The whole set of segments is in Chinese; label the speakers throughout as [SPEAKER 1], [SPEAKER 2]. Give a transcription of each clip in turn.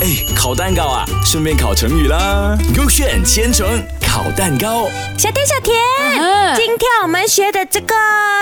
[SPEAKER 1] 哎，烤蛋糕啊，顺便烤成语啦。勾选千层烤蛋糕，
[SPEAKER 2] 小田，小田，
[SPEAKER 3] 啊
[SPEAKER 2] 今天我们学的这个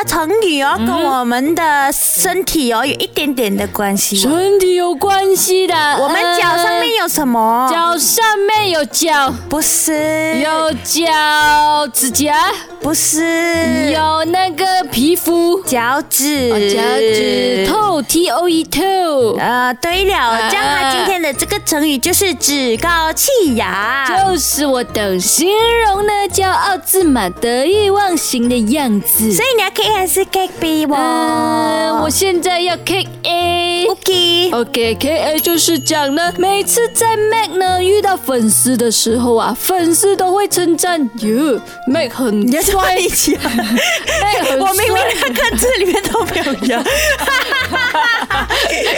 [SPEAKER 2] 成语哦，跟我们的身体哦有一点点的关系哦。
[SPEAKER 3] 身体有关系的。
[SPEAKER 2] 我们脚上面
[SPEAKER 3] 有
[SPEAKER 2] 有什么？
[SPEAKER 3] 呃脚上面有脚，
[SPEAKER 2] 不是，
[SPEAKER 3] 有脚趾甲，
[SPEAKER 2] 不是，
[SPEAKER 3] 有那个皮肤，
[SPEAKER 2] 脚趾，
[SPEAKER 3] 哦脚趾。头 T O E toe，
[SPEAKER 2] 呃，对了，
[SPEAKER 3] 啊
[SPEAKER 2] 这样它今天的这个成语就是趾高气扬。
[SPEAKER 3] 就是我等形容呢骄傲自满、得意忘形的样子。
[SPEAKER 2] 所以你要 K 还是 K B
[SPEAKER 3] 嗯，
[SPEAKER 2] 我
[SPEAKER 3] 我哦现在要 kick A。
[SPEAKER 2] 哦 OK，
[SPEAKER 3] OK，KA 就是讲呢，每次在 Mac 呢遇到粉丝的时候啊，粉丝都会称赞哟，Mac 很
[SPEAKER 2] 你要
[SPEAKER 3] 帅
[SPEAKER 2] 穿一起啊！
[SPEAKER 3] ，Mac 很帅。
[SPEAKER 2] 我明明那个字里面都没有
[SPEAKER 3] 哦
[SPEAKER 2] 羊。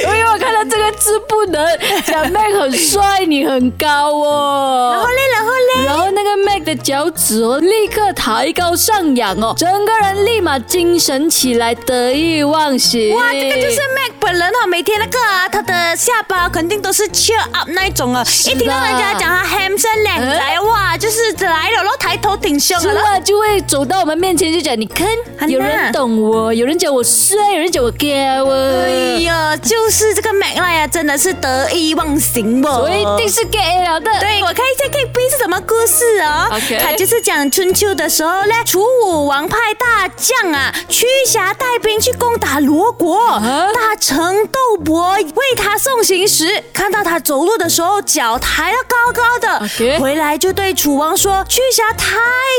[SPEAKER 3] 因为我看到这个字不能讲 Mac 很帅，你很高
[SPEAKER 2] 然
[SPEAKER 3] 哦
[SPEAKER 2] 后。嘞，然后嘞，
[SPEAKER 3] 然后那个 Mac 的脚趾哦，立刻抬高上扬哦，整个人立马精神起来，得意忘形。
[SPEAKER 2] 哇，这个就是 Mac 本人哦，每天那个啊，他的下巴肯定都是 cheer up 那一种啊，
[SPEAKER 3] 是
[SPEAKER 2] 一
[SPEAKER 3] 的
[SPEAKER 2] 听到人家讲他 handsome 靓仔，哇，就是来了，然后抬头挺胸啊，
[SPEAKER 3] 是
[SPEAKER 2] 然后
[SPEAKER 3] 吧？就会走到我们面前就讲，你看
[SPEAKER 2] 安，娜
[SPEAKER 3] 有人懂我，有人讲我帅，有人讲我高
[SPEAKER 2] 哎
[SPEAKER 3] 啊。
[SPEAKER 2] 呀，就是这个 Mac 啦呀，真的是得意忘形哦。
[SPEAKER 3] 我一定是 gay 了的。
[SPEAKER 2] 对，我看一下 K B 是什么故事哦。
[SPEAKER 3] OK
[SPEAKER 2] 它就是讲春秋的时候呢，楚武王派大将啊屈瑕带兵去攻打罗国，
[SPEAKER 3] 啊
[SPEAKER 2] 大臣窦伯为他送行时，看到他走路的时候脚抬得高高的
[SPEAKER 3] OK
[SPEAKER 2] 回来就对楚王说：“屈瑕太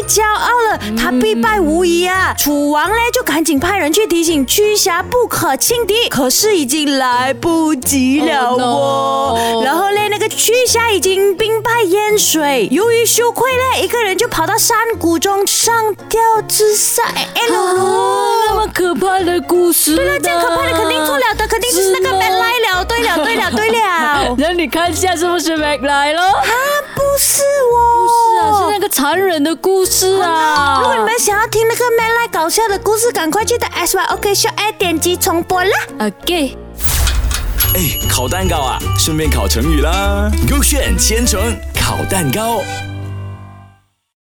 [SPEAKER 2] 骄傲了，
[SPEAKER 3] 嗯
[SPEAKER 2] 他必败无疑啊！”楚王呢就赶紧派人去提醒屈瑕不可轻敌，可是已经来不及了
[SPEAKER 3] Oh
[SPEAKER 2] 哦。
[SPEAKER 3] no
[SPEAKER 2] 然后。后嘞，那个屈瑕已经兵败淹水，由于羞愧嘞，一个人就跑到山谷中上吊自杀。哎哎，
[SPEAKER 3] 啊，
[SPEAKER 2] 露
[SPEAKER 3] 那
[SPEAKER 2] 露，
[SPEAKER 3] 么可怕的故事。对
[SPEAKER 2] 那这样可怕的肯定错。了的，肯定就是那个
[SPEAKER 3] 是吗
[SPEAKER 2] bad lie 了。对了，对了，对了，
[SPEAKER 3] 那你看一下是不是 Mac 来了？
[SPEAKER 2] 他不是我，
[SPEAKER 3] 是啊，是那个残忍的故事啊。
[SPEAKER 2] 哦如果你们想要听那个 mad lie 搞笑的故事，赶快去到 S Y O K Show 爱点击重播啦。
[SPEAKER 3] 啊 gay。
[SPEAKER 1] 哎，烤蛋糕啊，顺便烤成语啦。勾选千层烤蛋糕。